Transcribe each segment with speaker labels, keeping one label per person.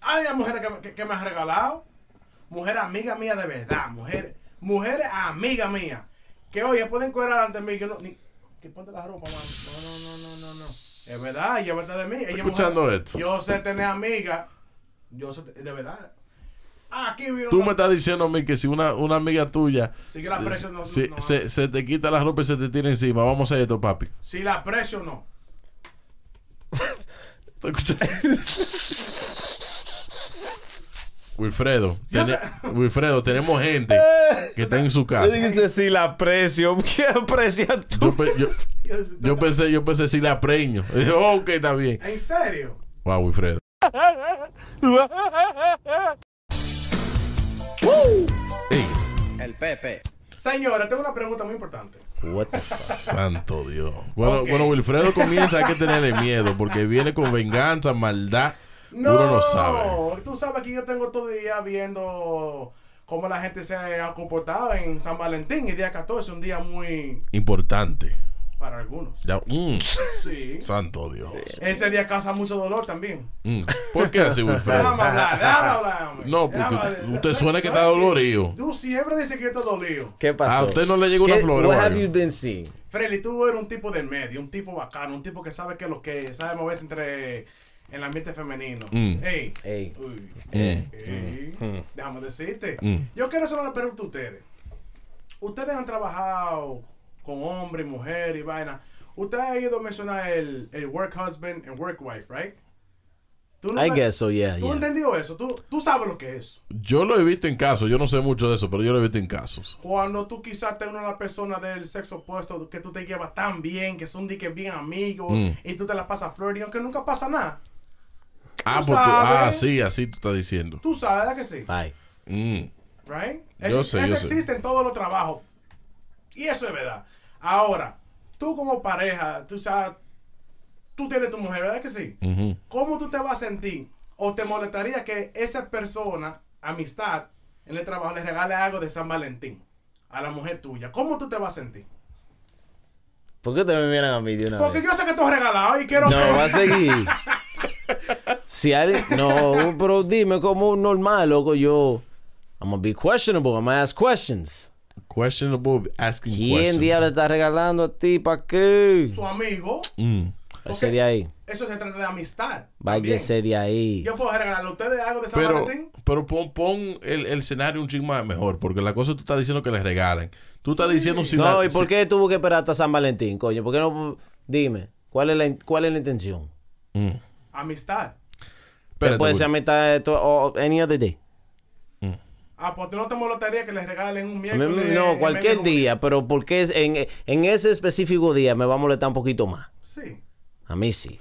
Speaker 1: Hay mujeres que, que- que me han regalado. Mujer amiga mía de verdad. Mujer, mujeres amiga mía. Que oye, pueden cuerar ante mí. Que no. ni- que ponte la ropa, mami. No, no, no, no, no. no. Es verdad, y llévate de mí. Ella es
Speaker 2: Escuchando esto.
Speaker 1: Yo sé tener amiga. Yo sé, te- de verdad. Aquí vino.
Speaker 2: Tú me estás diciendo a mí que si una, una amiga tuya
Speaker 1: Sí, que la aprecio, no-
Speaker 2: se,
Speaker 1: no-
Speaker 2: se- se te quita la ropa y se te tira encima, vamos a hacer esto, papi.
Speaker 1: Si la aprecio o no.
Speaker 2: ¿Tú escuchas? Wilfredo, tene- Wilfredo, tenemos gente que está en
Speaker 1: Eh,
Speaker 2: su casa.
Speaker 3: Dijiste si la aprecio. ¿Qué aprecias tú?
Speaker 2: Yo, pe- yo-
Speaker 1: Yo sé-
Speaker 2: yo pensé, yo pensé si la preño. Dije, "Oh, ok, está bien.
Speaker 1: ¿En serio?
Speaker 2: Wow, Wilfredo. Ey,
Speaker 4: El Pepe.
Speaker 1: Señora, tengo una pregunta muy importante.
Speaker 2: santo Dios. Cuando,
Speaker 1: Ok.
Speaker 2: cuando Wilfredo comienza hay que tenerle miedo porque viene con venganza, maldad. Uno no sabe.
Speaker 1: Tú sabes que yo tengo todo el día viendo cómo la gente se ha comportado en San Valentín y día 14, un día muy
Speaker 2: Importante.
Speaker 1: para algunos.
Speaker 2: Ya, mm,
Speaker 1: Sí.
Speaker 2: santo Dios.
Speaker 1: Ese día causa mucho dolor también.
Speaker 2: Mm. ¿Por qué así, Wilfredo?
Speaker 1: Déjame hablar, déjame hablar.
Speaker 2: No,
Speaker 1: déjame
Speaker 2: porque
Speaker 1: hablar.
Speaker 2: usted suena que está dolorido.
Speaker 1: Tú siempre dices que yo estoy dolido.
Speaker 3: ¿Qué pasó?
Speaker 2: A Ah, usted no le llegó una
Speaker 3: ¿Qué-
Speaker 2: flor o
Speaker 3: What
Speaker 2: algo?
Speaker 3: have you been seeing?
Speaker 1: Freddy, tú eres un tipo del medio, un tipo bacano, un tipo que sabe qué es lo que es, sabe moverse entre en el ambiente femenino.
Speaker 2: Mm.
Speaker 1: Ey.
Speaker 3: Ey. Eh.
Speaker 1: Uy.
Speaker 2: Mm.
Speaker 1: Ey. Déjame decirte.
Speaker 2: Mm.
Speaker 1: Yo quiero hacer una pregunta a ustedes. Ustedes han trabajado con hombre, mujer y vaina. Usted ha ido a mencionar el, el work husband and work wife, right? ¿Tú
Speaker 3: I
Speaker 1: nunca-
Speaker 3: guess so, yeah,
Speaker 1: ¿Tú
Speaker 3: yeah.
Speaker 1: entendido eso? ¿Tú, tú sabes lo que es.
Speaker 2: Yo lo he visto en casos, yo no sé mucho de eso, pero yo lo he visto en casos.
Speaker 1: Cuando tú quizás te unes a la persona del sexo opuesto, que tú te llevas tan bien, que son de que bien amigos,
Speaker 2: Mm.
Speaker 1: y tú te la pasas flirting, aunque nunca pasa nada.
Speaker 2: Ah,
Speaker 1: Tú
Speaker 2: porque, ah,
Speaker 1: sabes.
Speaker 2: sí, así tú estás diciendo.
Speaker 1: Tú sabes ¿verdad que sí.
Speaker 3: Bye.
Speaker 2: Mm.
Speaker 1: Right?
Speaker 2: Yo
Speaker 1: eso
Speaker 2: sé,
Speaker 1: eso
Speaker 2: yo sé.
Speaker 1: existe en todos los trabajos. Y eso es verdad. Ahora, tú como pareja, tú sabes, tú tienes tu mujer, ¿verdad que sí?
Speaker 2: Ujú.
Speaker 1: ¿Cómo tú te vas a sentir? ¿O te molestaría que esa persona, amistad, en el trabajo le regale algo de San Valentín a la mujer tuya? ¿Cómo tú te vas a sentir?
Speaker 3: ¿Por qué te me miran a mí de una
Speaker 1: Porque
Speaker 3: vez?
Speaker 1: yo sé que tú has regalado y quiero...
Speaker 3: No, va a seguir. si alguien... No, pero dime como un normal, loco. Yo... I'm gonna be questionable. I'm gonna ask questions.
Speaker 2: Questionable asking
Speaker 3: ¿Quién
Speaker 2: questions.
Speaker 3: diablo está regalando a ti? ¿Para qué?
Speaker 1: Su amigo,
Speaker 2: Mm.
Speaker 3: Ese de ahí.
Speaker 1: eso se trata de amistad. también.
Speaker 3: Váyase de ahí.
Speaker 1: Yo puedo regalarle a ustedes algo de San
Speaker 2: Pero,
Speaker 1: Valentín.
Speaker 2: pero pon, pon el, el escenario un chingo más mejor, porque la cosa tú estás diciendo que les regalen. Tú estás diciendo si
Speaker 3: No,
Speaker 2: la-
Speaker 3: ¿y por
Speaker 2: si-
Speaker 3: qué tuvo que esperar hasta San Valentín, coño? ¿Por qué no? Dime, ¿cuál es la, in- cuál es la intención?
Speaker 2: Mm.
Speaker 1: Amistad.
Speaker 2: Espérate,
Speaker 3: Puede
Speaker 2: Will.
Speaker 3: ser a mitad de to- o any other day.
Speaker 1: Ah, pues tú no te molestaría que les regalen un
Speaker 3: A mí-
Speaker 1: miércoles.
Speaker 3: No,
Speaker 1: en
Speaker 3: cualquier
Speaker 1: vez de un-
Speaker 3: día, pero ¿por qué es- en, en ese específico día me va a molestar un poquito más?
Speaker 1: Sí,
Speaker 3: A mí sí.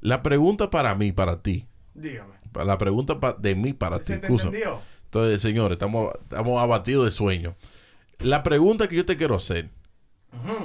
Speaker 2: La pregunta para mí, para ti.
Speaker 1: dígame.
Speaker 2: pa- La pregunta pa- de mí para ti.
Speaker 1: ¿Se te
Speaker 2: excusa.
Speaker 1: entendió?
Speaker 2: Entonces, señores, estamos, estamos abatidos de sueño. La pregunta que yo te quiero hacer.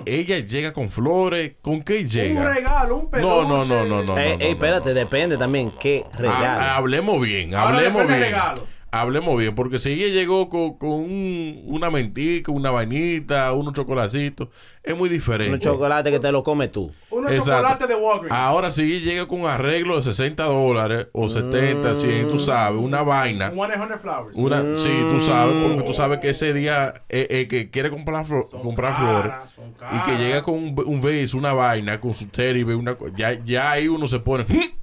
Speaker 2: Ella llega con flores. ¿Con qué llega?
Speaker 1: Un regalo, un peluche.
Speaker 2: No, no, no, no, no.
Speaker 3: Ey,
Speaker 2: no, no,
Speaker 3: ey, espérate,
Speaker 2: no.
Speaker 3: depende también qué regalo.
Speaker 2: Ha- hablemos bien,
Speaker 1: Ahora
Speaker 2: hablemos
Speaker 1: depende
Speaker 2: bien.
Speaker 1: del regalo.
Speaker 2: Hablemos bien, porque si ella llegó con, con un- una mentica, una vainita, unos chocolacitos, es muy diferente.
Speaker 3: un chocolate que te lo comes tú.
Speaker 1: Unos
Speaker 2: Exacto. Ah.
Speaker 1: chocolates de Walgreens.
Speaker 2: Ahora si ella llega con arreglo de 60 dólares o 70, 100,
Speaker 3: Mm.
Speaker 2: tú sabes, una vaina.
Speaker 1: One hundred flowers.
Speaker 2: Una, Sí, tú sabes, porque tú sabes que ese día eh, eh, que quiere comprar, flo-
Speaker 1: Son
Speaker 2: comprar
Speaker 1: caras,
Speaker 2: flores
Speaker 1: son
Speaker 2: y
Speaker 1: caras.
Speaker 2: que llega con un, un vase, una vaina, con su teddy bear, una co- ya, ya ahí uno se pone, "Mm",
Speaker 3: Si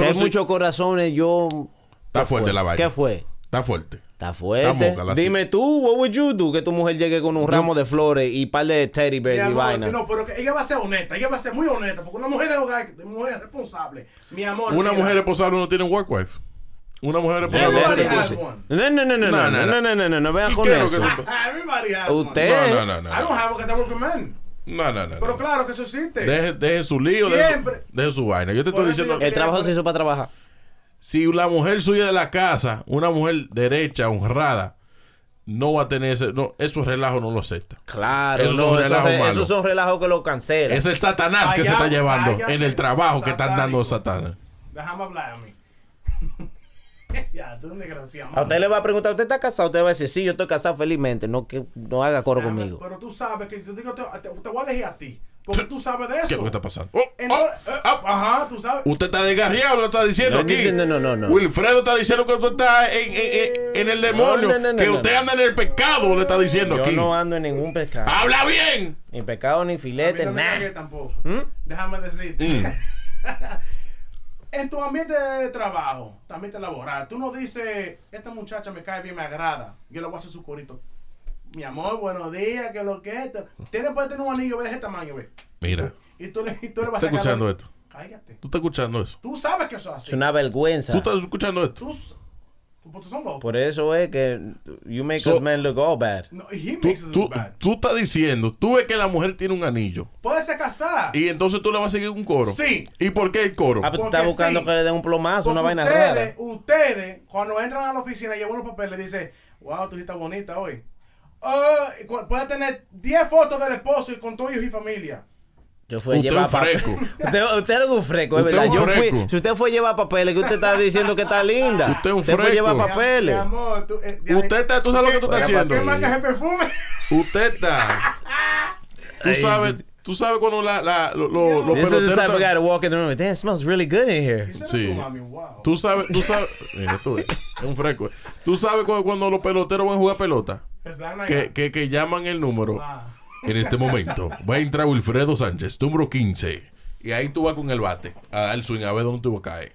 Speaker 2: Pero
Speaker 3: hay
Speaker 2: sí.
Speaker 3: muchos corazones, yo...
Speaker 2: está fuerte la vaina,
Speaker 3: ¿Qué fue?
Speaker 2: está fuerte.
Speaker 3: Está fuerte.
Speaker 2: Está mócala, sí.
Speaker 3: Dime tú, what would you do? Que tu mujer llegue con un ramo de flores y par de
Speaker 1: Mi
Speaker 3: teddy bears y
Speaker 1: amor,
Speaker 3: vaina.
Speaker 1: No, pero que ella va a ser honesta, ella va a ser muy honesta, porque una mujer de hogar, de mujer responsable, mi amor.
Speaker 2: Una
Speaker 1: mira,
Speaker 2: mujer responsable no tiene un work wife. Una mujer responsable no
Speaker 1: Everybody
Speaker 2: tiene
Speaker 3: Ese
Speaker 1: has
Speaker 2: work
Speaker 3: coche.
Speaker 1: one.
Speaker 3: No, no, no, no, no, no, no, no, no, no, no vean
Speaker 2: ¿Y
Speaker 3: con
Speaker 2: qué es lo que
Speaker 3: eso.
Speaker 2: tú-
Speaker 1: Everybody has one.
Speaker 3: Usted-
Speaker 2: No, no, no, no.
Speaker 1: I don't
Speaker 2: no.
Speaker 1: have because I work with men.
Speaker 2: No, no, no.
Speaker 1: Pero
Speaker 2: no.
Speaker 1: claro que eso existe.
Speaker 2: Deje, deje su lío, deje su,
Speaker 1: Siempre.
Speaker 2: deje su vaina. Yo te
Speaker 1: Por
Speaker 2: estoy
Speaker 1: eso
Speaker 2: diciendo,
Speaker 1: yo-
Speaker 3: El trabajo se hizo para trabajar.
Speaker 2: si la mujer suya de la casa, una mujer derecha, honrada, no va a tener ese, no, esos relajos no lo acepta.
Speaker 3: Claro,
Speaker 2: Esos
Speaker 3: no,
Speaker 2: son
Speaker 3: esos,
Speaker 2: relajos
Speaker 3: re-
Speaker 2: malos.
Speaker 3: esos son relajos que lo cancelan.
Speaker 2: Es el Satanás que se
Speaker 1: Allá-
Speaker 2: está llevando
Speaker 1: allá
Speaker 2: en el
Speaker 1: es
Speaker 2: trabajo que están dando
Speaker 1: satánico.
Speaker 2: Satanás.
Speaker 1: Déjame hablar a mí. ya, tú eres desgraciado.
Speaker 3: A usted le va a preguntar, ¿usted está casado? Usted va a decir, sí, yo estoy casado felizmente, no que no haga coro
Speaker 1: Déjame-
Speaker 3: conmigo.
Speaker 1: Pero tú sabes que yo digo, te, te- te voy a elegir a ti. Porque tú sabes de eso.
Speaker 2: ¿Qué es lo que está pasando? Oh,
Speaker 1: Entonces,
Speaker 2: oh,
Speaker 1: eh,
Speaker 2: oh.
Speaker 1: Ajá, tú sabes.
Speaker 2: Usted está desgarriado, lo está diciendo
Speaker 3: No,
Speaker 2: aquí.
Speaker 3: no, no, no, no.
Speaker 2: Wilfredo está diciendo que usted está en, en- en- en el demonio.
Speaker 3: No, no, no, no,
Speaker 2: que
Speaker 3: no,
Speaker 2: usted
Speaker 3: no.
Speaker 2: anda en el pecado, le está diciendo
Speaker 3: Yo
Speaker 2: aquí. Ah.
Speaker 3: no ando en ningún pescado.
Speaker 2: ¡Habla bien!
Speaker 3: Ni pescado, ni
Speaker 1: A mí
Speaker 3: filete,
Speaker 1: no me cagué
Speaker 3: nada. ¿Mm?
Speaker 1: tampoco. Déjame decirte.
Speaker 2: Mm.
Speaker 1: en tu ambiente de trabajo, tu ambiente laboral, tú no dices, esta muchacha me cae bien, me agrada. Yo le voy a hacer su corito. Mi amor, buenos días, que lo que es. esto. Tienes puede tener un anillo ve, de ese tamaño, ve.
Speaker 2: Mira,
Speaker 1: Y tú le, y tú le vas
Speaker 2: ¿estás
Speaker 1: a sacar-
Speaker 2: escuchando esto?
Speaker 1: Cállate.
Speaker 2: ¿Tú estás escuchando eso?
Speaker 1: Tú sabes que eso es así.
Speaker 3: Es una vergüenza.
Speaker 2: ¿Tú estás escuchando esto?
Speaker 1: Tú, s- tú, pues, tú son locos.
Speaker 3: Por eso es que you make
Speaker 2: So-
Speaker 3: us men look all bad.
Speaker 1: No, he
Speaker 2: Tú,
Speaker 1: makes us
Speaker 2: tú-
Speaker 1: look bad.
Speaker 2: tú estás diciendo, tú ves que la mujer tiene un anillo.
Speaker 1: Puede ser casada.
Speaker 2: Y entonces tú le vas a seguir un coro.
Speaker 1: Sí.
Speaker 2: ¿Y por qué el coro?
Speaker 3: Ah, pero tú
Speaker 1: Porque
Speaker 3: estás buscando
Speaker 1: sí.
Speaker 3: que le den un plomazo, una
Speaker 1: Porque
Speaker 3: vaina
Speaker 1: ustedes,
Speaker 3: rara.
Speaker 1: Ustedes, cuando entran a la oficina y llevan los papeles, dicen, wow, tú sí estás bonita hoy. Oh, y cu- puede tener 10 fotos del esposo y con todos ellos y familia.
Speaker 3: Yo fui a
Speaker 2: Usted
Speaker 3: llevar
Speaker 2: un
Speaker 3: papel-
Speaker 2: fresco.
Speaker 3: usted, usted era un fresco, es
Speaker 2: Usted
Speaker 3: verdad.
Speaker 2: un
Speaker 3: Yo
Speaker 2: fresco.
Speaker 3: fui, si usted fue a llevar papeles, que usted está diciendo que está linda.
Speaker 2: Usted un
Speaker 3: fue a llevar
Speaker 2: fresco.
Speaker 3: papeles.
Speaker 1: Mi amor, tú, eh,
Speaker 3: pues,
Speaker 1: ya-
Speaker 2: Usted está- tú sabes lo que tú estás
Speaker 1: ¿Qué-
Speaker 2: haciendo.
Speaker 1: ¿Qué marca es el perfume?
Speaker 2: Usted está. Tú sabes, tú sabes cuando la, la- lo- lo- los
Speaker 3: This is the
Speaker 2: peloteros.
Speaker 3: type of guy
Speaker 2: están-
Speaker 3: to walk in the room. Damn, it smells really good in here.
Speaker 1: Ese
Speaker 2: Sí.
Speaker 1: eres tú, mami, wow.
Speaker 2: Tú sabes, tú sabes. Mira, tú ves, es un fresco. Tú sabes cuando, cuando los peloteros van a jugar pelota.
Speaker 1: Están ahí.
Speaker 2: Que, que, que llaman el número.
Speaker 1: Ah.
Speaker 2: En este momento va a entrar Wilfredo Sánchez, número 15. Y ahí tú vas con el bate a dar el swing a ver dónde tú caes.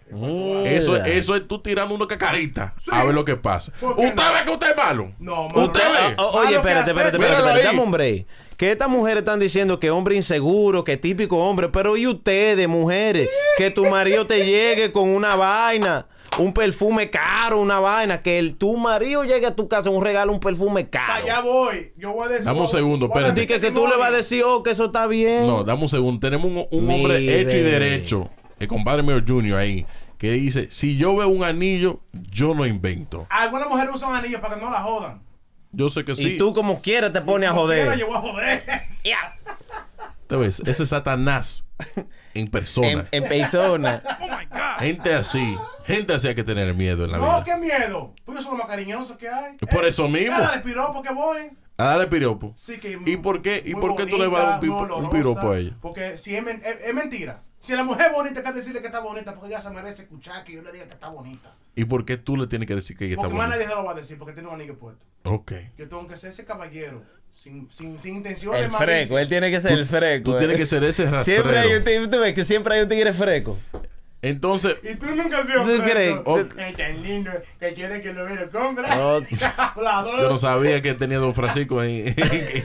Speaker 2: Eso,
Speaker 3: Mierda.
Speaker 2: eso es tú tirando una cacarita a ver lo que pasa.
Speaker 1: ¿Por qué
Speaker 2: ¿Usted ve que usted es malo?
Speaker 1: No, mano. Ah,
Speaker 2: ¿Usted ve?
Speaker 3: O- Oh, oye,
Speaker 1: Malo que
Speaker 3: espérate, espérate,
Speaker 1: acepte.
Speaker 3: espérate,
Speaker 2: Míralo
Speaker 3: espérate,
Speaker 2: ahí.
Speaker 3: dame un break. Que estas mujeres están diciendo que hombre inseguro, que típico hombre, pero y ustedes, mujeres, que tu marido te llegue con una vaina, un perfume caro, una vaina, que el, tu marido llegue a tu casa un regalo, un perfume caro.
Speaker 1: Allá voy. Yo voy a decir.
Speaker 2: Dame un segundo,
Speaker 1: voy a
Speaker 2: espérate.
Speaker 1: decir
Speaker 3: Y que, que tú le vas a decir, oh, que eso está bien.
Speaker 2: No, dame un segundo. Tenemos un, un hombre
Speaker 3: Mire.
Speaker 2: hecho y derecho, el compadre mío Junior ahí, que dice: Si yo veo un anillo, yo no invento.
Speaker 1: Algunas mujeres usan anillos para que no la jodan.
Speaker 2: Yo sé que
Speaker 3: y
Speaker 2: sí.
Speaker 3: tú como quieras te pones a
Speaker 1: Como quiera,
Speaker 3: joder.
Speaker 1: Yo voy a joder.
Speaker 2: Te ves, ese es Satanás en persona.
Speaker 3: En, en persona.
Speaker 2: Gente así, gente así hay que tener miedo en la
Speaker 1: No,
Speaker 2: vida.
Speaker 1: qué miedo. Porque son los más cariñosos que hay. Eh,
Speaker 2: Por eso mismo.
Speaker 1: Cada respiró porque voy.
Speaker 2: A darle Ah, piropo.
Speaker 1: Sí, que
Speaker 2: ¿Y por qué, y
Speaker 1: muy
Speaker 2: por qué tú le vas a dar un,
Speaker 1: bonita, muy
Speaker 2: pipo- un
Speaker 1: olorosa,
Speaker 2: piropo a ella?
Speaker 1: Porque si es, men- es- es mentira. Si la mujer es bonita, hay que decirle que está bonita, porque ella se merece escuchar que yo le diga que está bonita.
Speaker 2: ¿Y por qué tú le tienes que decir que ella está
Speaker 1: Porque más nadie
Speaker 2: bonita?
Speaker 1: se lo va a decir, porque tiene un anillo puesto.
Speaker 2: Ok.
Speaker 1: Yo tengo que ser ese caballero, sin, sin, sin intenciones
Speaker 3: El
Speaker 1: malicias.
Speaker 3: freco, él tiene que ser el freco. eh.
Speaker 2: Tú tienes que ser ese
Speaker 3: Siempre hay un
Speaker 2: rastrero.
Speaker 3: tigre, tú ves que siempre hay un tigre freco.
Speaker 2: Entonces,
Speaker 1: Y tú nunca has sido
Speaker 3: ¿Tú
Speaker 1: freco.
Speaker 3: crees?
Speaker 2: Ok.
Speaker 1: Es tan lindo que quiere que lo vea compra.
Speaker 3: No.
Speaker 1: Hablador.
Speaker 2: yo no sabía que tenía Don Francisco ahí,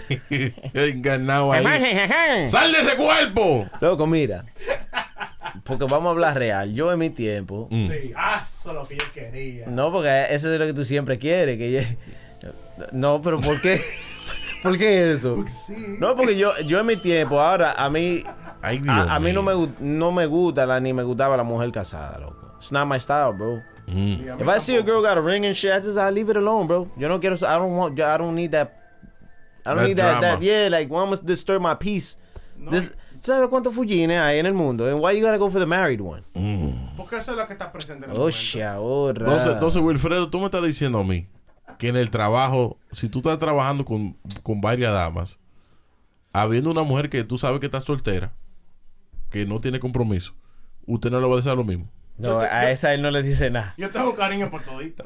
Speaker 2: enganado ahí. ¡Sal de ese cuerpo!
Speaker 3: Loco, mira. Porque vamos a hablar real. Yo en mi tiempo.
Speaker 2: Mm.
Speaker 1: Sí, ah, eso es lo que yo quería.
Speaker 3: No, porque eso es lo que tú siempre quieres. Que yo- No, pero ¿por qué? ¿Por qué eso?
Speaker 1: Sí.
Speaker 3: No, porque yo, yo en mi tiempo, ahora, a mí.
Speaker 2: Ay, Dios
Speaker 3: A, a mí no me,
Speaker 2: mío.
Speaker 3: gu- no me gusta la, ni me gustaba la mujer casada, loco. It's not my style, bro.
Speaker 2: Mm.
Speaker 1: Y a mí
Speaker 3: If I see a
Speaker 1: tampoco.
Speaker 3: girl got a ring and shit, I just I leave it alone, bro. Yo no quiero, I don't want, I don't need that. I don't
Speaker 2: That
Speaker 3: need that, that.
Speaker 2: drama.
Speaker 3: Yeah, like why must disturb my peace?
Speaker 1: No,
Speaker 3: This, ¿Sabes cuántos fujines hay en el mundo? And why you gotta go for the married one?
Speaker 1: Porque eso es lo que está presente en el
Speaker 3: Oh,
Speaker 1: momento.
Speaker 3: shit, ahora.
Speaker 2: Entonces, entonces, Wilfredo, tú me estás diciendo a mí que en el trabajo, si tú estás trabajando con, con varias damas, habiendo una mujer que tú sabes que está soltera, que no tiene compromiso, usted no le va a decir lo mismo.
Speaker 3: no, a esa él no le dice nada.
Speaker 1: Yo tengo cariño por todito.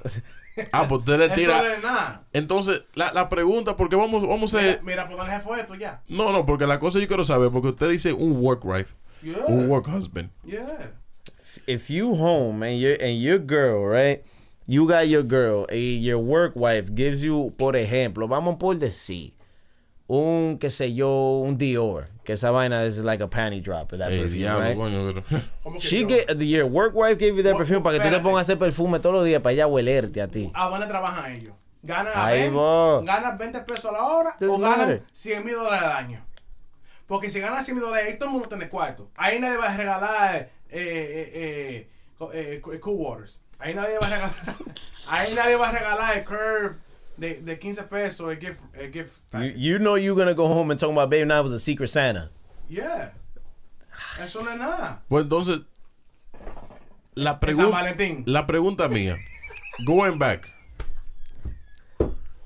Speaker 2: Ah, pues usted le
Speaker 1: Eso no
Speaker 2: tira.
Speaker 1: es nada.
Speaker 2: Entonces, la, la pregunta, porque vamos, vamos a.
Speaker 1: Mira, pues dónde fue esto ya.
Speaker 2: No, no, porque la cosa yo quiero saber, porque usted dice un work wife,
Speaker 1: Yeah.
Speaker 2: un work husband.
Speaker 1: Ah, Yeah.
Speaker 3: If you home and your and your girl, right? You got your girl, and your work wife gives you, por ejemplo, vamos por decir, un, qué sé yo, un Dior, que esa vaina is like a panty dropper, that
Speaker 2: Eh,
Speaker 3: perfume,
Speaker 2: diablo,
Speaker 3: pues right?
Speaker 2: coño. pero-
Speaker 1: ¿Cómo que
Speaker 3: She
Speaker 1: yo?
Speaker 3: get, your work wife gave you that
Speaker 1: Wo-
Speaker 3: perfume para que tú te
Speaker 1: espérate. Ah,
Speaker 3: pongas ese perfume todos los días para ella huelerte a ti.
Speaker 1: ¿A dónde trabajan ellos? Ganan, a
Speaker 3: Ahí
Speaker 1: 20,
Speaker 3: va.
Speaker 1: ganan 20 pesos a la hora o
Speaker 3: Doesn't
Speaker 1: ganan
Speaker 3: matter.
Speaker 1: 100 mil dólares al año. Porque si ganan 100 mil dólares, ahí todo el mundo tiene cuarto. Ahí nadie va a regalar eh, eh, eh, co- eh, co- eh, Cool Waters. Ahí nadie va a regalar, ahí nadie va a regalar el Curve de, de 15 pesos, el gift, el gift
Speaker 3: You,
Speaker 1: pack.
Speaker 3: you know you're gonna go home and talk about baby now I was a secret Santa.
Speaker 1: Yeah. Eso no es nada.
Speaker 2: Pues entonces, la
Speaker 1: San
Speaker 2: pregunta,
Speaker 1: Valentín.
Speaker 2: la pregunta mía, going back,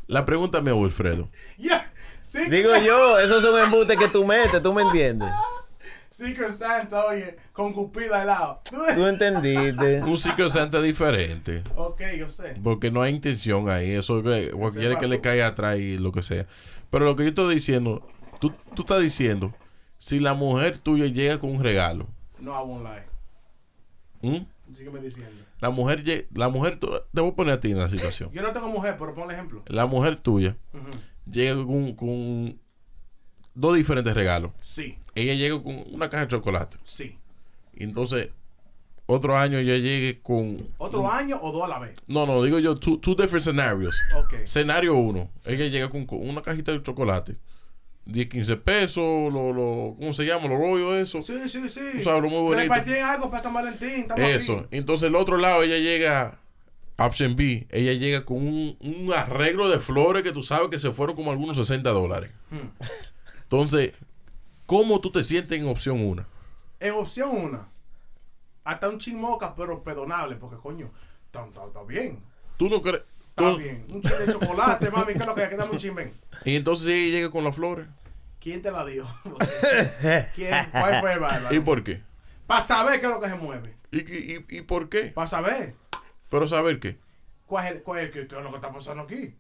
Speaker 2: la pregunta mía, Wilfredo,
Speaker 1: Yeah. Si Secret,
Speaker 3: Digo yo, esos son embustes que tú metes, ¿tú me entiendes?
Speaker 1: Secret Santa, oye, con Cupida al lado.
Speaker 3: Tú entendiste.
Speaker 2: Un Secret Santa diferente.
Speaker 1: ok, yo sé.
Speaker 2: Porque no hay intención ahí. Eso que cualquiera que le caiga atrás y lo que sea. Pero lo que yo estoy diciendo, tú, tú estás diciendo, si la mujer tuya llega con un regalo,
Speaker 1: No, I won't lie.
Speaker 2: ¿m?
Speaker 1: Sígueme diciendo.
Speaker 2: la mujer, lle- la mujer, tu- te voy a poner a ti en la situación.
Speaker 1: Yo no tengo mujer, pero pon el ejemplo.
Speaker 2: La mujer tuya
Speaker 1: Ujú.
Speaker 2: llega con, con dos diferentes regalos.
Speaker 1: Sí,
Speaker 2: Ella llega con una caja de chocolate.
Speaker 1: sí.
Speaker 2: Y entonces, otro año ella llegue con...
Speaker 1: ¿Otro año o dos a la vez?
Speaker 2: No, no, digo yo, two, two different scenarios.
Speaker 1: Ok.
Speaker 2: Escenario 1. Ella llega con, con una cajita de chocolate. 10, 15 pesos, lo, lo, ¿cómo se llama? Los rollos, eso.
Speaker 1: Sí, sí, sí.
Speaker 2: Tú sabes, lo muy bonito.
Speaker 1: Repartían algo para San Valentín. estamos
Speaker 2: eso.
Speaker 1: aquí.
Speaker 2: Entonces, el otro lado, ella llega, option B, ella llega con un, un arreglo de flores que tú sabes que se fueron como algunos 60 dólares.
Speaker 1: Hmm.
Speaker 2: Entonces, ¿cómo tú te sientes en opción 1?
Speaker 1: En opción una, hasta un chismoca, pero perdonable, porque coño, está, está- está bien.
Speaker 2: Tú no crees...
Speaker 1: Está
Speaker 2: tú-
Speaker 1: bien. Un chin de chocolate, mami, que es lo que hay? Aquí dame un chismen.
Speaker 2: Y entonces ella llega con las flores.
Speaker 1: ¿Quién te la dio? ¿Quién? ¿Cuál fue el
Speaker 2: ¿Y
Speaker 1: bárbaro?
Speaker 2: por qué?
Speaker 1: Para saber qué es lo que se mueve.
Speaker 2: ¿Y, y, y- y por qué?
Speaker 1: Para saber
Speaker 2: Pero saber qué.
Speaker 1: cuál es, el- cuál es, el- qué es lo que está pasando aquí.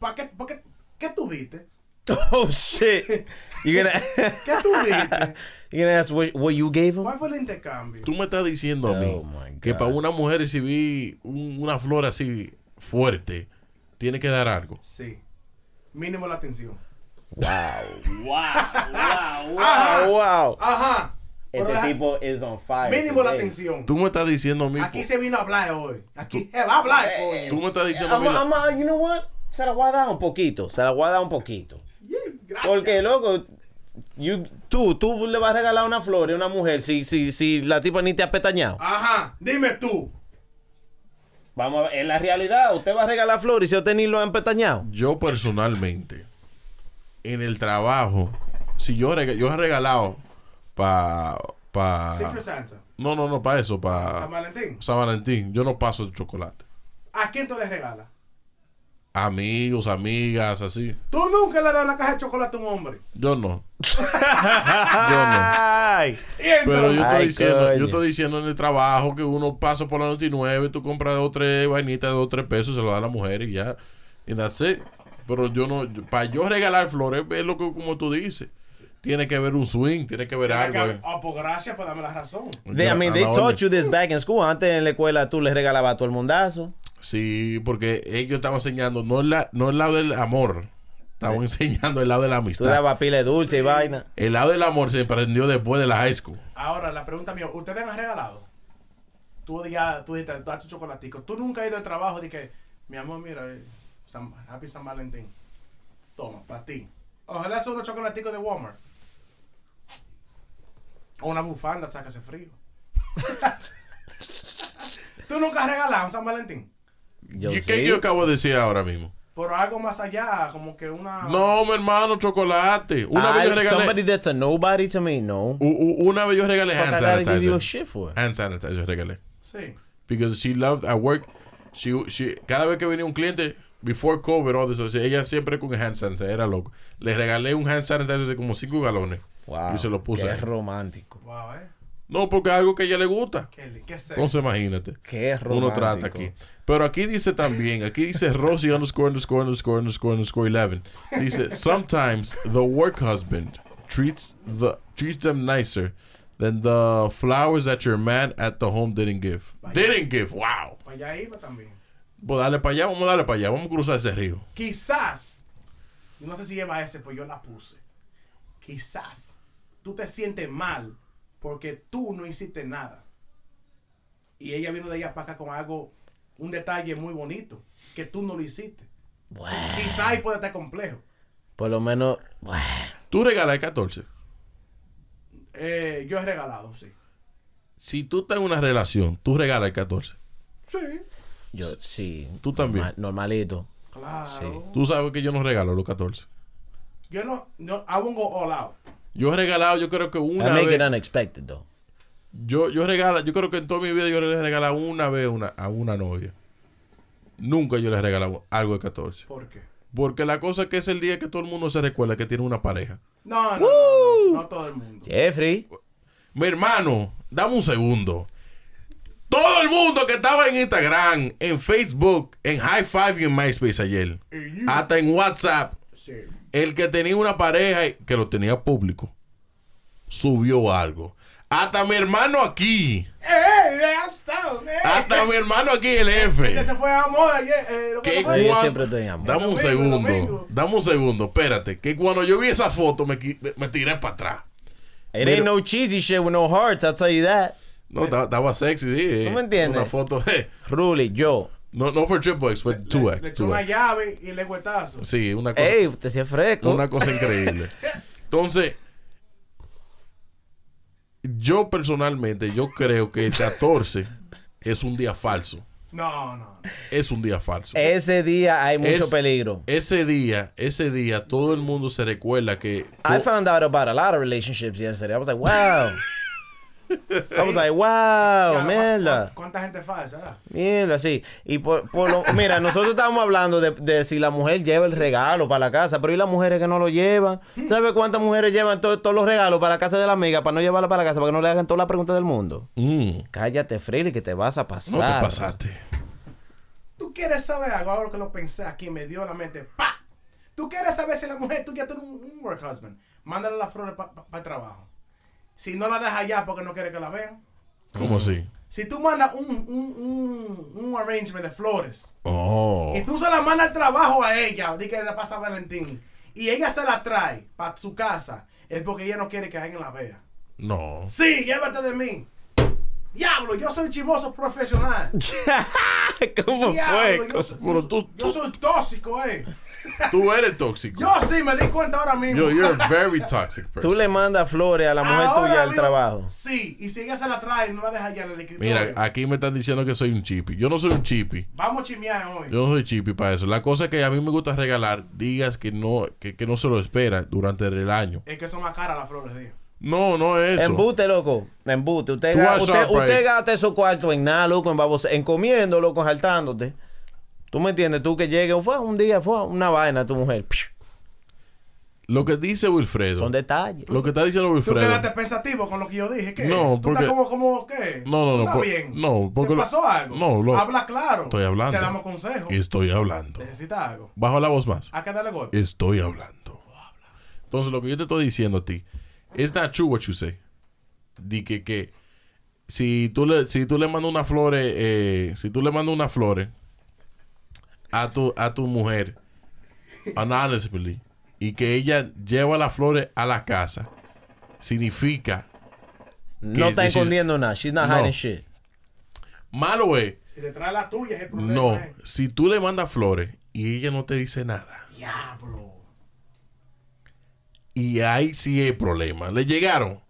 Speaker 1: ¿Para qué, pa' qué, qué tú diste?
Speaker 3: Oh shit. You gonna
Speaker 1: ¿Qué tú diste?
Speaker 3: You gonna ask what, what you gave him?
Speaker 1: ¿Cuál fue el intercambio?
Speaker 2: Tú me estás diciendo a mí
Speaker 3: Oh, my
Speaker 2: que
Speaker 3: God.
Speaker 2: para una mujer recibir un- una flor así fuerte, tiene que dar algo.
Speaker 1: Sí. Mínimo la atención.
Speaker 3: Oh, wow.
Speaker 1: Ajá. Ah, Pero
Speaker 4: Este
Speaker 1: deja-
Speaker 4: tipo este, is on fire.
Speaker 1: mínimo la
Speaker 4: today.
Speaker 1: atención.
Speaker 2: Tú me estás diciendo a mí.
Speaker 1: Aquí se vino a hablar hoy. Aquí se va a hablar,
Speaker 4: Eh,
Speaker 1: coño.
Speaker 2: Tú me estás diciendo a mí.
Speaker 3: I'm, I'm, uh, you know what? Se la voy a dar un poquito. Se la voy a dar un poquito.
Speaker 1: Gracias.
Speaker 3: Porque, loco, you- tú, tú le vas a regalar una flor a una mujer si, si, si la tipa ni te ha petañado.
Speaker 1: Ajá, dime tú.
Speaker 4: Vamos a ver, en la realidad, usted
Speaker 3: Usted va a regalar flores si usted ni lo han petañado.
Speaker 2: Yo personalmente, en el trabajo, si yo, rega- yo he regalado para.
Speaker 1: Secret
Speaker 2: Pa,
Speaker 1: Santa.
Speaker 2: no, no, no, para eso,
Speaker 1: San
Speaker 2: para
Speaker 1: Valentín.
Speaker 2: San Valentín. Yo no paso el chocolate.
Speaker 1: ¿A quién tú le regalas?
Speaker 2: Amigos, amigas, así.
Speaker 1: Tú nunca le has dado una caja de chocolate a un hombre.
Speaker 2: Yo no. yo no.
Speaker 3: Ay.
Speaker 1: Y entonces,
Speaker 2: Pero yo estoy,
Speaker 3: Ay,
Speaker 2: diciendo,
Speaker 3: coño.
Speaker 2: yo estoy diciendo en el trabajo que uno pasa por la 99, tú compras dos o tres vainitas de dos o tres pesos, se lo da a la mujer y ya. Y that's it. Pero yo no, para yo regalar flores, es lo que como tú dices. Tiene que haber un swing, tiene que haber
Speaker 1: Tiene que
Speaker 2: algo.
Speaker 1: haber- Ah, pues gracias por darme la razón.
Speaker 3: They, I mean, they
Speaker 2: A la
Speaker 3: taught
Speaker 2: orden.
Speaker 3: you this back in school. Antes en la escuela tú le regalabas a todo el mundazo.
Speaker 2: Sí, porque ellos estaban enseñando, no el, la- no el lado del amor, estaban enseñando el lado de la
Speaker 3: Tú
Speaker 2: amistad.
Speaker 3: le dabas pila de dulce y vaina.
Speaker 2: El lado del amor se prendió después de la high school.
Speaker 1: Ahora, la pregunta mía, ¿ustedes me han regalado? Tú ya, tú dijiste, da tu chocolatico. Tú nunca has ido al trabajo de que, mi amor, mira, eh, San- Happy San Valentín. Toma, para ti. Ojalá sea unos chocolaticos de Walmart. O una bufanda, sácase frío. tú nunca has regalado un San Valentín.
Speaker 3: Yo
Speaker 2: ¿Y
Speaker 3: sí.
Speaker 2: ¿Qué yo acabo de decir ahora mismo?
Speaker 1: Pero algo más allá, como que una.
Speaker 2: No, mi hermano, chocolate. Una vez
Speaker 3: Ay,
Speaker 2: yo regalé.
Speaker 3: somebody that's a nobody to me, no.
Speaker 2: U- u- una vez yo regalé
Speaker 3: Fuck,
Speaker 2: hand
Speaker 3: I gotta give you a
Speaker 2: sanitizer.
Speaker 3: shit for it.
Speaker 2: Hand sanitizer regalé.
Speaker 1: Sí.
Speaker 2: Because she loved at work. She, she, cada vez que venía un cliente, before COVID, all this, o sea, ella siempre con hand sanitizer, era loco. Le regalé un hand sanitizer de como 5 galones.
Speaker 3: Wow,
Speaker 2: Y se lo puse.
Speaker 3: Qué
Speaker 2: ahí.
Speaker 3: romántico.
Speaker 1: Wow, eh.
Speaker 2: No, porque es algo que a ella le gusta.
Speaker 1: Kelly, qué sé.
Speaker 2: Entonces imagínate.
Speaker 3: Qué romántico.
Speaker 2: Uno trata aquí. Pero aquí dice también, aquí dice Rosy underscore underscore underscore underscore underscore 11. Dice, sometimes the work husband treats the treats them nicer than the flowers that your man at the home didn't give. Didn't give, wow.
Speaker 1: Para allá iba también.
Speaker 2: Pues dale para allá, vamos a darle para allá, vamos a cruzar ese río.
Speaker 1: Quizás, yo no sé si lleva ese, pues yo la puse. Quizás tú te sientes mal porque tú no hiciste nada. Y ella vino de allá para acá con algo, un detalle muy bonito, que tú no lo hiciste.
Speaker 3: Bueno,
Speaker 1: Quizás ahí puede estar complejo.
Speaker 3: por lo menos. bueno.
Speaker 2: Tú regalas el 14.
Speaker 1: Eh, yo he regalado, sí.
Speaker 2: Si tú estás en una relación, tú regalas el 14.
Speaker 1: Sí.
Speaker 3: Yo, sí.
Speaker 2: Tú también.
Speaker 3: normal- normalito.
Speaker 1: Claro.
Speaker 2: Tú sabes que yo no regalo los 14.
Speaker 1: Yo no, no, I won't go all out.
Speaker 2: Yo he regalado, yo creo que
Speaker 3: I
Speaker 2: una
Speaker 3: make
Speaker 2: vez.
Speaker 3: it unexpected, though.
Speaker 2: Yo, yo regala, yo creo que en toda mi vida yo le he regalado una vez una, a una novia. Nunca yo le he regalado algo de 14.
Speaker 1: ¿Por qué?
Speaker 2: Porque la cosa es que es el día que todo el mundo se recuerda que tiene una pareja.
Speaker 1: No, no, no, no, no todo el mundo.
Speaker 3: Jeffrey.
Speaker 2: Mi hermano, dame un segundo. Todo el mundo que estaba en Instagram, en Facebook, en High Five y en MySpace ayer,
Speaker 1: Y-
Speaker 2: hasta en WhatsApp,
Speaker 1: Sí.
Speaker 2: el que tenía una pareja y que lo tenía público, subió algo. Hasta mi hermano aquí,
Speaker 1: ¡Eh, eh, I'm sorry, eh.
Speaker 2: hasta mi hermano aquí, el F.
Speaker 1: Que se fue a moda ayer. eh, lo que
Speaker 2: Que
Speaker 1: se fue.
Speaker 3: Yo
Speaker 2: cuan-
Speaker 3: siempre estoy en amor.
Speaker 2: Dame un
Speaker 1: Domingo,
Speaker 2: segundo,
Speaker 1: domingo.
Speaker 2: dame un segundo, espérate. Que cuando yo vi esa foto me, qui- me tiré para atrás.
Speaker 3: It ain't no cheesy shit with no hearts, I'll tell you that.
Speaker 2: No, estaba- estaba sexy, sí. eh,
Speaker 3: Eh. ¿Tú me entiendes?
Speaker 2: Una foto de.
Speaker 3: Rully, yo.
Speaker 2: No, no fue triple X, fue
Speaker 1: Le
Speaker 2: 2X.
Speaker 1: echó una
Speaker 2: 2X.
Speaker 1: llave y le guetazo.
Speaker 2: Sí, una cosa,
Speaker 3: Ey, usted sí es fresco.
Speaker 2: una cosa increíble. Entonces, yo personalmente, yo creo que el 14 es un día falso.
Speaker 1: No, no. no.
Speaker 2: Es un día falso.
Speaker 3: Ese día hay mucho
Speaker 2: Es-
Speaker 3: peligro.
Speaker 2: Ese día, ese día, todo el mundo se recuerda que.
Speaker 3: I found out about a lot of relationships yesterday. I was like, wow. I was like, wow,
Speaker 1: Ya,
Speaker 3: Oh, mierda.
Speaker 1: ¿cu- ¿Cuánta gente falsa? ah? verdad?
Speaker 3: Mierda, sí. Y por, por lo- mira, nosotros estábamos hablando de, de si la mujer lleva el regalo para la casa, pero ¿y las mujeres que no lo llevan? ¿Sabes cuántas mujeres llevan to- todos los regalos para la casa de la amiga para no llevarla para la casa, para que no le hagan todas las preguntas del mundo?
Speaker 2: Mm,
Speaker 3: Cállate, Frilly, que te vas a pasar.
Speaker 2: no te pasaste.
Speaker 1: ¿Tú quieres saber algo? Ahora que lo pensé aquí, me dio la mente. ¡Pa! ¿Tú quieres saber si la mujer tuya tiene un, un work husband? Mándale las flores para el trabajo. Si no la deja allá porque no quiere que la vean.
Speaker 2: ¿Cómo así?
Speaker 1: Si tú mandas un, un, un, un arrangement de flores
Speaker 2: Oh.
Speaker 1: y tú se la mandas al trabajo a ella, di que le pasa a Valentín, y ella se la trae para su casa, es porque ella no quiere que alguien la vea.
Speaker 2: No.
Speaker 1: Sí, llévate de mí. Diablo, yo soy chimoso profesional.
Speaker 3: ¿Cómo
Speaker 1: Diablo, yo,
Speaker 3: fue?
Speaker 1: soy-
Speaker 2: Pero tú-
Speaker 1: yo soy tóxico, eh.
Speaker 2: Tú eres tóxico.
Speaker 1: Yo sí me di cuenta ahora mismo.
Speaker 2: Yo, you're a very toxic person.
Speaker 3: Tú le mandas flores a la mujer
Speaker 1: Ahora
Speaker 3: tuya al
Speaker 1: mismo,
Speaker 3: trabajo.
Speaker 1: Sí, y si ella se la trae, no la deja allá en el escritorio.
Speaker 3: eh.
Speaker 2: Mira, ah, aquí me están diciendo que soy un chipi. Yo no soy un chipi.
Speaker 1: Vamos a chimear hoy.
Speaker 2: Yo no soy chipi para eso. La cosa es que a mí me gusta regalar días que no, que, que no se lo espera durante el año.
Speaker 1: Es que son más caras las flores, tío.
Speaker 2: No, no es eso.
Speaker 3: Embute, loco. Embute. Usted,
Speaker 2: Tú
Speaker 3: ga-
Speaker 2: vas
Speaker 3: usted,
Speaker 2: a Shoprite.
Speaker 3: usted gasta esos cuartos en nada, loco, en babos, en comiendo, loco, saltándote. ¿Tú me entiendes? Tú que llegue, fue un día, fue una vaina tu mujer. Piu.
Speaker 2: Lo que dice Wilfredo.
Speaker 3: Son detalles.
Speaker 2: Lo que está diciendo
Speaker 1: Tú
Speaker 2: Wilfredo.
Speaker 1: quedaste pensativo con lo que yo dije. ¿Qué?
Speaker 2: No,
Speaker 1: ¿Tú
Speaker 2: porque-
Speaker 1: estás como, como, qué?
Speaker 2: No, no,
Speaker 1: ¿Tú
Speaker 2: no,
Speaker 1: estás
Speaker 2: por-
Speaker 1: bien?
Speaker 2: no, porque
Speaker 1: ¿Te
Speaker 2: lo-
Speaker 1: pasó algo?
Speaker 2: no, lo-
Speaker 1: Habla claro.
Speaker 2: Estoy hablando.
Speaker 1: Te damos consejos.
Speaker 2: Estoy hablando.
Speaker 1: Necesitas algo.
Speaker 2: Bajo la voz más.
Speaker 1: Hay que darle golpe.
Speaker 2: Estoy hablando. Entonces, lo que yo te estoy diciendo a ti. It's not true what you say. Di que, que si tú le, si tú le mandas unas flores, eh, si tú le mandas unas flores a tu, a tu mujer, anonymously, y que ella lleva las flores a la casa, significa,
Speaker 3: No está
Speaker 2: this is-
Speaker 3: escondiendo nada. She's not
Speaker 2: No.
Speaker 3: hiding shit.
Speaker 2: malo es,
Speaker 1: Si te trae la tuya, es el problema.
Speaker 2: no,
Speaker 1: eh.
Speaker 2: si tú le mandas flores y ella no te dice nada,
Speaker 1: Diablo.
Speaker 2: y ahí sí es problema, le llegaron.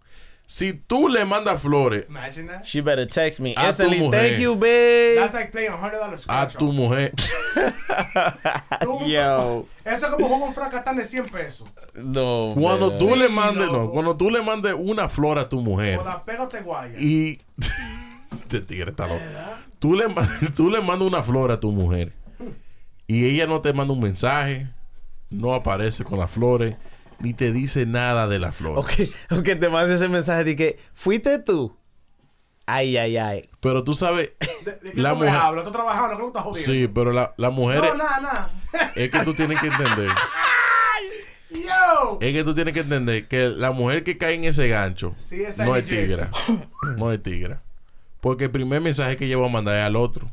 Speaker 2: Si tú le mandas flores
Speaker 1: Imagine that.
Speaker 3: She better text me.
Speaker 2: A tu
Speaker 3: Instantly,
Speaker 2: mujer.
Speaker 3: thank you, babe.
Speaker 1: That's like playing a hundred dollars.
Speaker 2: a tu mujer,
Speaker 3: Yo.
Speaker 1: Eso es como jugar un fracatán de 100 pesos.
Speaker 3: No.
Speaker 2: cuando
Speaker 3: man.
Speaker 2: tú le
Speaker 1: Sí,
Speaker 2: mandes, no,
Speaker 1: loco.
Speaker 2: cuando tú le mandes una flor a tu mujer
Speaker 1: O la pega o te guaya.
Speaker 2: Eh, y este tigre está loco. Tú le, ma- tú le mandas una flor a tu mujer y ella no te manda un mensaje, no aparece con las flores, ni te dice nada de las flores.
Speaker 3: Ok, ok, te mando ese mensaje de que fuiste tú. Ay, ay, ay.
Speaker 2: Pero tú sabes,
Speaker 1: ¿De, de qué
Speaker 2: la
Speaker 1: tú me
Speaker 2: mujer-
Speaker 1: hablas? ¿Estás trabajando? ¿Qué tú estás jodiendo?
Speaker 2: sí, pero la- las mujeres
Speaker 1: No, nada, nada.
Speaker 2: es que tú tienes que entender,
Speaker 1: Yo.
Speaker 2: es que tú tienes que entender que la mujer que cae en ese gancho
Speaker 1: Sí, esa
Speaker 2: no
Speaker 1: es
Speaker 2: es
Speaker 1: New Jersey.
Speaker 2: tigra, no es tigra, porque el primer mensaje que ella va a mandar es al otro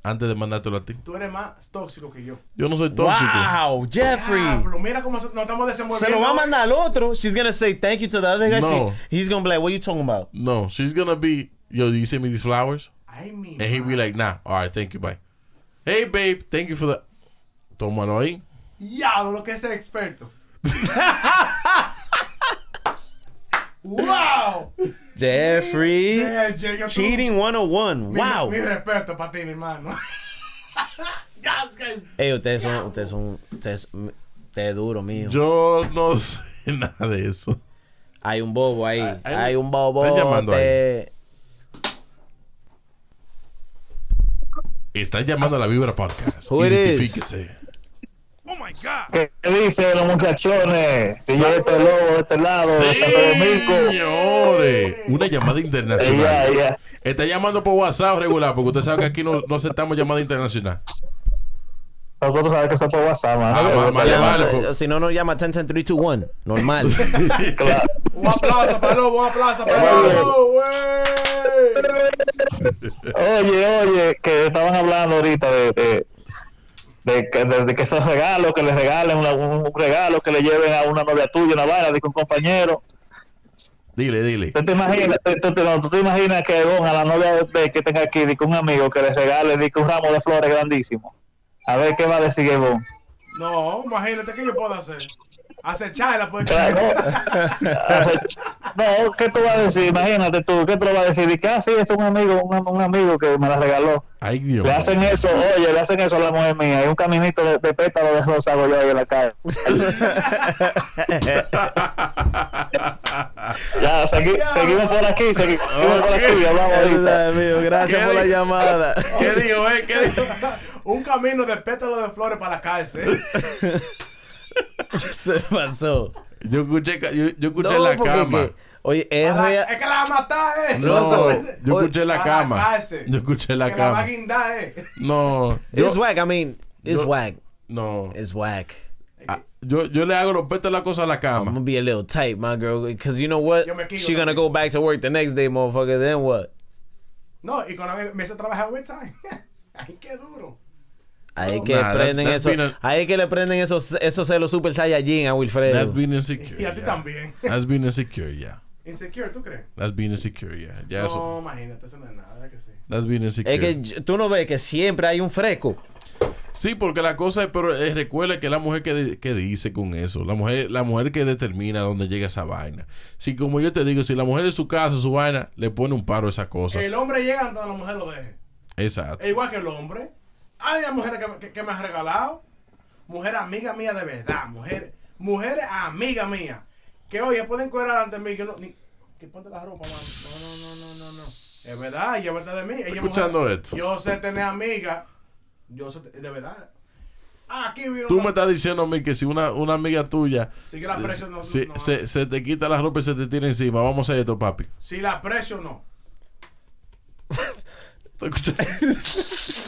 Speaker 2: antes de mandártelo a ti.
Speaker 1: Tú eres más tóxico que yo.
Speaker 2: Yo no soy tóxico.
Speaker 3: Wow, Jeffrey.
Speaker 1: Diablo, mira cómo se- nos estamos desenvolviendo.
Speaker 3: Se lo va a mandar al otro. She's gonna say thank you to the other guy.
Speaker 2: No.
Speaker 3: She- he's gonna be like, what you talking about?
Speaker 2: No, she's gonna be, yo, do you send me these flowers?
Speaker 1: Ay, mi
Speaker 2: And he'll be like, nah, all right, thank you, bye. Hey, babe, thank you for the. Tómalo ahí.
Speaker 1: Diablo, lo que es ser experto. ¡Wow!
Speaker 3: Jeffrey.
Speaker 1: Eh, yo- yo-
Speaker 3: Cheating 101.
Speaker 1: Mi-
Speaker 3: Wow.
Speaker 1: Mi respeto para ti, mi hermano. Ya, es que es-
Speaker 3: Ey, ustedes son, ustedes son, ustedes, ustedes duro, mío.
Speaker 2: Yo no sé nada de eso.
Speaker 3: Hay un bobo ahí.
Speaker 2: hay-
Speaker 3: hay un bobo.
Speaker 2: están llamando ahí.
Speaker 3: de-
Speaker 2: Está llamando a la Vibra Podcast.
Speaker 3: Who it is?
Speaker 2: Identifíquese.
Speaker 5: ¿Qué dicen los muchachones? Que llega este lobo de este lado, de Santo Domingo.
Speaker 2: Señores, una llamada internacional.
Speaker 5: Ey, ya, ya.
Speaker 2: Está llamando por WhatsApp regular, porque usted sabe que aquí no, no aceptamos llamada internacional.
Speaker 5: Nosotros sabemos que eso es por WhatsApp, man.
Speaker 2: Ah, va, vale,
Speaker 3: Llama-
Speaker 2: vale, po-
Speaker 3: Si no, no llama 10321. Normal.
Speaker 5: Claro.
Speaker 1: Un aplauso para Lobo, un aplauso para Lobo, güey.
Speaker 5: Oye, oye, que estaban hablando ahorita de, de, de que, de- de que esos regalos, que le regalen una- un regalo, que le lleven a una novia tuya, una vara, de que un compañero.
Speaker 2: Dile, dile.
Speaker 5: ¿Tú te imaginas, tú, tú- tú- no, tú te imaginas que don a la novia de usted que tenga aquí, de que un amigo que le regale de que un ramo de flores grandísimo? A ver qué va a decir Evon.
Speaker 1: No, imagínate que yo puedo hacer. Acecharla, pues.
Speaker 5: No, ¿qué tú vas a decir? Imagínate tú, ¿qué tú le vas a decir? De que, ah, sí, es un amigo, un, un amigo que me la regaló.
Speaker 2: Ay, Dios.
Speaker 5: Le hacen eso, oye, le hacen eso a la mujer mía. Hay un caminito de, de pétalo de rosa yo ahí en la calle. ya, segui- seguimos por aquí, segui- seguimos por aquí, hablamos ahorita.
Speaker 3: Ay, mío, gracias por la
Speaker 2: ¿Qué di-
Speaker 3: llamada.
Speaker 2: ¿Qué dijo, eh? ¿Qué dijo?
Speaker 1: Un camino de pétalos de flores para la cárcel. eh.
Speaker 3: Se pasó.
Speaker 2: Yo escuché, ca- yo, yo escuché
Speaker 3: No,
Speaker 2: la
Speaker 3: porque
Speaker 2: cama.
Speaker 3: que- oye, es
Speaker 1: La-
Speaker 3: real.
Speaker 1: es que la va a matar, eh.
Speaker 2: No, yo
Speaker 3: Oye,
Speaker 2: escuché la
Speaker 1: a la
Speaker 2: cama.
Speaker 1: cárcel.
Speaker 2: Yo escuché la
Speaker 1: que la va a
Speaker 2: cama.
Speaker 1: guindar, eh.
Speaker 2: No, yo,
Speaker 3: It's whack, I mean, it's
Speaker 2: yo-
Speaker 3: whack.
Speaker 2: no.
Speaker 3: It's whack.
Speaker 2: Ah, Yo, yo le hago los petos la cosa a la
Speaker 3: I'm
Speaker 2: cama.
Speaker 3: gonna be a little tight, my girl, because you know
Speaker 1: Yo me
Speaker 3: what?
Speaker 1: quillo
Speaker 3: She gonna
Speaker 1: también.
Speaker 3: go back to work the next day, motherfucker. Then what?
Speaker 1: No, y cuando me, me hice trabajar overtime. Ay, qué duro.
Speaker 3: Ahí que
Speaker 2: Nah, that's-
Speaker 3: prenden
Speaker 2: that's
Speaker 3: eso,
Speaker 2: been a-
Speaker 3: ahí que le prenden esos esos celos super saiyajin a Wilfredo.
Speaker 2: That's been insecure.
Speaker 1: Y a ti
Speaker 2: yeah.
Speaker 1: también.
Speaker 2: That's been insecure, yeah.
Speaker 1: Insecure, ¿tú crees?
Speaker 2: That's been insecure, yeah. Ya eso.
Speaker 1: No, imagínate, eso no es nada, ¿verdad que sí?
Speaker 2: That's been insecure.
Speaker 3: Es que yo- tú no ves que siempre hay un fresco.
Speaker 2: Sí, porque la cosa es, pero eh, recuerda que la mujer que, de- que dice con eso, la mujer, la mujer que determina dónde llega esa vaina. Si como yo te digo, si la mujer de su casa, su vaina, le pone un paro a esa cosa.
Speaker 1: El hombre llega hasta la mujer lo deje.
Speaker 2: Exacto.
Speaker 1: Es E igual que el hombre. Hay mujeres que, que- que me han regalado. Mujer amiga mía de verdad. Mujeres mujeres amiga mía. Que oye, pueden correr delante de mí. Que no, ni- que ponte la ropa, mano. No, no, no, no, no, no. Es verdad, ella verdad de mí. Ella es
Speaker 2: escuchando
Speaker 1: mujer.
Speaker 2: esto.
Speaker 1: Yo sé tener amiga. Yo sé, te- de verdad. Ah, Aquí vino.
Speaker 2: Tú
Speaker 1: una-
Speaker 2: me estás diciendo a mí que si una, una amiga tuya
Speaker 1: Si la presión no- no-
Speaker 2: se,
Speaker 1: no-
Speaker 2: se- se te quita la ropa y se te tira encima, vamos a hacer esto, papi.
Speaker 1: Si la aprecio o no.
Speaker 2: ¿Tú escuchas?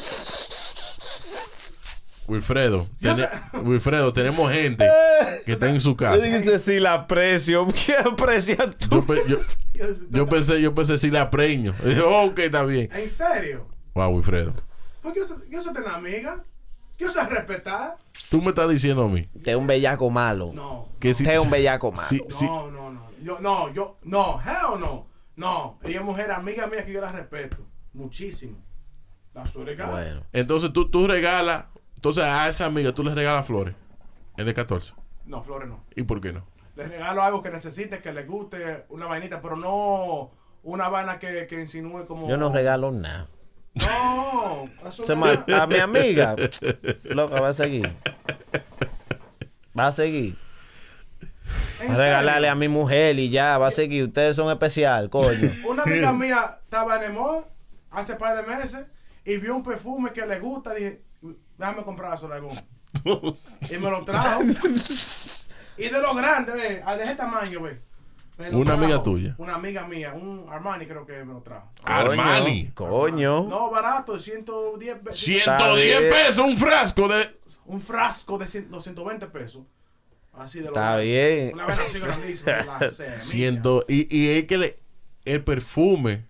Speaker 2: Wilfredo, tene- Wilfredo, tenemos gente que está en su casa.
Speaker 3: si la aprecio, ¿qué aprecias
Speaker 2: Yo, pe- yo-
Speaker 1: Dios,
Speaker 2: yo pensé, yo pensé si la preño. Y dije, ok, está bien.
Speaker 1: ¿En serio?
Speaker 2: Wow, Wilfredo.
Speaker 1: Porque yo, sé- yo sé tener amiga. Yo sé respetar.
Speaker 2: Tú me estás diciendo a mí
Speaker 3: Te un bellaco malo.
Speaker 1: No.
Speaker 2: que si.
Speaker 3: Usted es un bellaco malo.
Speaker 2: si- si-
Speaker 1: No, no, no. Yo, no, yo, no, hell no. No, ella es mujer amiga mía que yo la respeto. Muchísimo. La suerte que-
Speaker 3: Bueno,
Speaker 2: Entonces tú, tú regalas. Entonces a esa amiga tú le regalas flores. En el 14.
Speaker 1: No, Flores no.
Speaker 2: ¿Y por qué no?
Speaker 1: Le regalo algo que necesite, que le guste, una vainita, pero no una vaina que, que insinúe como.
Speaker 3: yo no regalo nada.
Speaker 1: No, eso
Speaker 3: Se
Speaker 1: no
Speaker 3: ma-
Speaker 1: es nada.
Speaker 3: a mi amiga, loca, va a seguir. Va a seguir.
Speaker 1: En
Speaker 3: Va a regalarle
Speaker 1: serio.
Speaker 3: a mi mujer y ya, va a seguir. Ustedes son especial, coño.
Speaker 1: Una amiga mía estaba en el mall hace par de meses y vio un perfume que le gusta. Dije, déjame comprar a algún. y me lo trajo. y de lo grande, ve, ah, de ese tamaño, ve. Me lo
Speaker 2: Una amiga tuya.
Speaker 1: Una amiga mía, un Armani creo que me lo trajo.
Speaker 2: Armani.
Speaker 3: Coño.
Speaker 1: No, barato, 110 pesos.
Speaker 2: 110
Speaker 3: bien.
Speaker 2: pesos, un frasco de.
Speaker 1: Un frasco de 100 220 pesos. Así de lo
Speaker 3: Está
Speaker 1: grande.
Speaker 3: bien.
Speaker 1: Una vez así grandísima. la semilla.
Speaker 2: Ciento, y, y es que le, el perfume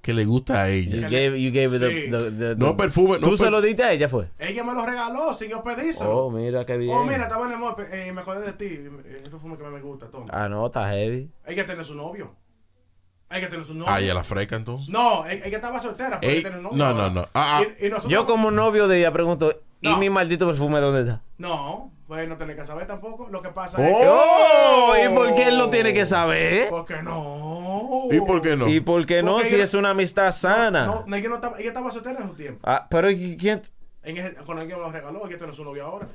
Speaker 2: que le gusta a
Speaker 3: You
Speaker 2: ella.
Speaker 3: gave, you gave it
Speaker 1: Sí.
Speaker 3: the, the- the-
Speaker 2: No
Speaker 3: the-
Speaker 2: perfume, no
Speaker 3: ¿Tú se
Speaker 2: per-
Speaker 3: lo diste a ella, fue?
Speaker 1: Ella me lo regaló sin yo pedírselo.
Speaker 3: Oh, mira qué bien.
Speaker 1: Oh, mira, estaba en el mall eh, y me acordé de ti. eh, El perfume que más me gusta, toma.
Speaker 3: Ah, no, está heavy.
Speaker 1: Hay que tener su novio. Hay que tener su novio.
Speaker 2: Ay, a la freca entonces.
Speaker 1: No, hay, hay que estaba soltera. porque
Speaker 2: Ey,
Speaker 1: hay que tener novio.
Speaker 2: no, no, no. Ah, ah.
Speaker 1: Y- y nosotros-
Speaker 3: Yo como novio de ella pregunto, ¿y
Speaker 1: No.
Speaker 3: mi maldito perfume dónde está?
Speaker 1: No, pues no tenés que saber tampoco. Lo que pasa
Speaker 2: ¡Oh!
Speaker 3: ¿Y por qué él lo tiene que
Speaker 1: es.
Speaker 3: saber?
Speaker 1: ¿Por qué no?
Speaker 2: ¿Y por qué no?
Speaker 3: ¿Y por qué no?
Speaker 1: Porque
Speaker 3: Si
Speaker 1: ella-
Speaker 3: es una amistad sana.
Speaker 1: No, no, ella, no estaba, ella estaba soltera en su tiempo.
Speaker 3: Ah, pero ¿y quién?
Speaker 1: En ese, con alguien me lo regaló, ella tiene su novio ahora.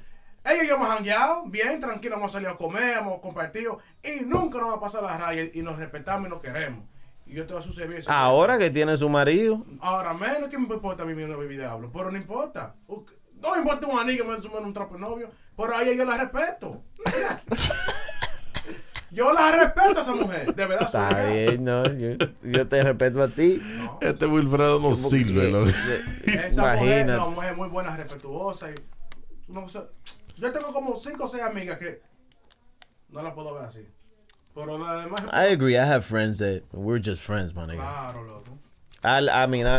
Speaker 1: Ella y yo hemos jangueado, bien, tranquilo, hemos salido a comer, hemos compartido. Y nunca nos va a pasar la raya y nos respetamos y nos queremos. Y yo te voy a su servicio.
Speaker 3: Ahora que tiene su marido.
Speaker 1: Ahora menos que me importa mi mi vida hablo, pero no importa. U- No me importa un anillo, me sumen un trapo de novio. Pero a ella yo la respeto. yo la respeto a esa mujer. De verdad, su
Speaker 3: Está
Speaker 1: hija.
Speaker 3: bien, no. Yo, yo te respeto a ti.
Speaker 2: Este Wilfredo no sirve, loco.
Speaker 1: Esa mujer,
Speaker 3: Imagínate.
Speaker 1: no, mujer muy buena, respetuosa. Y, no sé, yo tengo como cinco o seis amigas que no la puedo ver así. Pero las demás, Ah.
Speaker 3: I agree. I have friends that we're just friends, my nigga.
Speaker 1: claro, loco.
Speaker 3: I, I mean, I,